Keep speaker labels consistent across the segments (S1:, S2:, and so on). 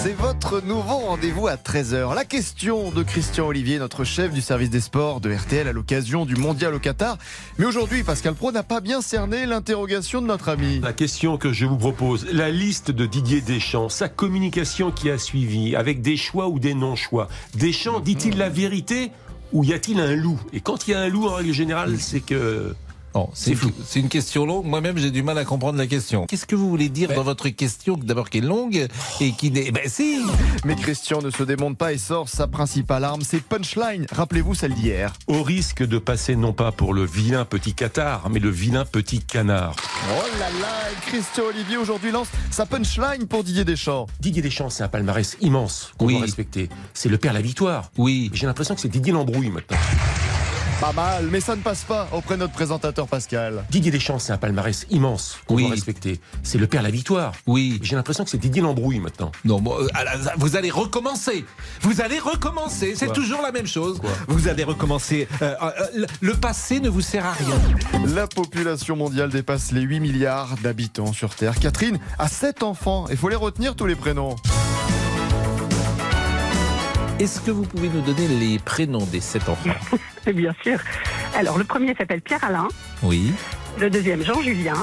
S1: C'est votre nouveau rendez-vous à 13h. La question de Christian Olivier, notre chef du service des sports de RTL à l'occasion du mondial au Qatar. Mais aujourd'hui, Pascal Pro n'a pas bien cerné l'interrogation de notre ami.
S2: La question que je vous propose, la liste de Didier Deschamps, sa communication qui a suivi, avec des choix ou des non-choix.
S3: Mhm.
S2: Deschamps dit-il la vérité ou y a-t-il un loup Et quand il y a un loup, en règle générale, c'est que...
S3: Bon, c'est
S2: C'est flou.
S3: une, c'est une question longue. Moi-même, j'ai du mal à comprendre la question. Qu'est-ce que vous voulez dire dans votre question, d'abord qui est longue et qui n'est. Ben si
S1: Mais Christian ne se démonte pas et sort sa principale arme, ses punchlines. Rappelez-vous celle d'hier.
S2: Au risque de passer non pas pour le vilain petit Qatar, mais le vilain petit canard.
S1: Oh là là, et Christian Olivier aujourd'hui lance sa punchline pour Didier Deschamps.
S2: Didier Deschamps, c'est un palmarès immense qu'on
S3: Oui.
S2: doit respecter. C'est le père la victoire.
S3: Oui.
S2: J'ai l'impression que c'est Didier l'embrouille maintenant.
S1: Pas mal, mais ça ne passe pas auprès de notre présentateur Pascal.
S2: Didier Deschamps, c'est un palmarès immense qu'on
S3: Oui.
S2: doit respecter. C'est le père la victoire.
S3: Oui.
S2: J'ai l'impression que c'est Didier l'embrouille maintenant.
S3: Non, bon, euh, à la- vous allez recommencer. Vous allez recommencer. C'est toujours la même chose. vous allez recommencer. Euh, euh, le- le passé ne vous sert à rien.
S1: La population mondiale dépasse les 8 milliards d'habitants sur Terre. Catherine a 7 enfants, il faut les retenir tous les prénoms.
S3: Est-ce que vous pouvez nous donner les prénoms des sept enfants
S4: Oui, Bien sûr. Alors, le premier s'appelle Pierre-Alain,
S3: Oui.
S4: le deuxième Jean-Julien,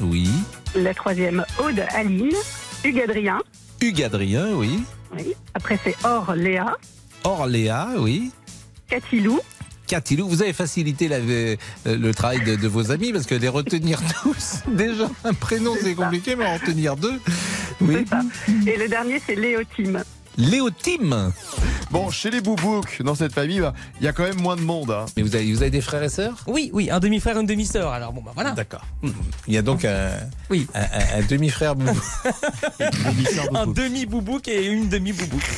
S3: Oui.
S4: la troisième Aude Aline, Hugues Adrien,
S3: Hugues Adrien, oui.
S4: oui. après c'est Or Léa,
S3: Orléa, oui.
S4: Catilou,
S3: Catilou, vous avez facilité la- euh, le travail de, de vos amis parce que les retenir tous, déjà un prénom c'est compliqué, mais en retenir deux. Oui.
S4: c'est ça. Et le dernier c'est Léotime.
S3: Léotime.
S1: Bon, chez les boubouks, dans cette famille, bah, il y a quand même moins de monde. hein.
S3: Mais vous avez, vous avez des frères et sœurs
S5: Oui, oui, un demi-frère, une demi-sœur. Alors bon, bah voilà.
S3: D'accord. Il y a donc un,
S5: Oui.
S3: un- un- un demi-frère. boubou.
S5: Un demi-boubouk et une demi-boubouk.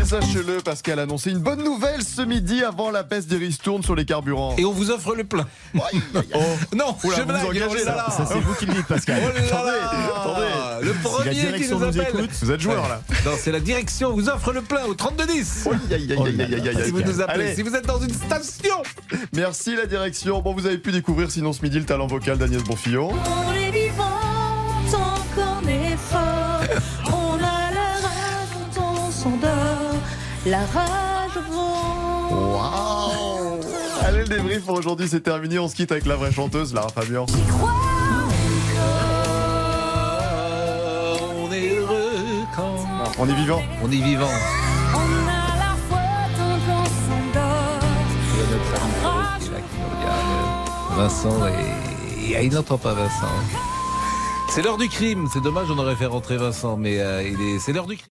S1: Et sachez-le, Pascal a annoncé une bonne nouvelle ce midi avant la baisse des ristournes sur les carburants.
S3: Et on vous offre le plein.
S1: Aïe, aïe, aïe.
S3: Non,
S1: Oula,
S3: je
S1: vous
S3: blague.
S1: vous engagez,
S3: oh là
S1: ça,
S3: là.
S6: Ça, c'est vous qui le dites, Pascal.
S3: Oh là
S1: Attendez,
S3: là.
S1: attendez.
S3: Le
S6: la
S3: premier qui
S6: direction
S3: nous
S6: nous
S3: appelle.
S6: écoute,
S1: Vous êtes joueur là
S3: Non, c'est la direction. Vous offre le plein au 3210.
S1: Oh, Aïe, aïe, aïe, aïe, aïe, aïe, aïe.
S3: Si vous nous appelez,
S1: Allez,
S3: si vous êtes dans une station.
S1: Merci la direction. Bon, vous avez pu découvrir sinon ce midi le talent vocal d'Agnès Bonfillon.
S7: On est vivant tant qu'on est fort. On a la rage dont on s'endort. La rage vont.
S1: Waouh Allez, le débrief pour aujourd'hui, c'est terminé. On se quitte avec la vraie chanteuse, Lara Fabian.
S7: J'y crois.
S3: Euh, On est heureux quand
S1: On est vivant.
S3: on est vivant.
S7: On a la foi tant qu'on s'endort.
S3: Il y a notre ami Rose qui est là, qui nous regarde. Vincent et... il n'entend pas Vincent. C'est l'heure du crime. C'est dommage, on aurait fait rentrer Vincent, mais euh, il est- c'est l'heure du crime.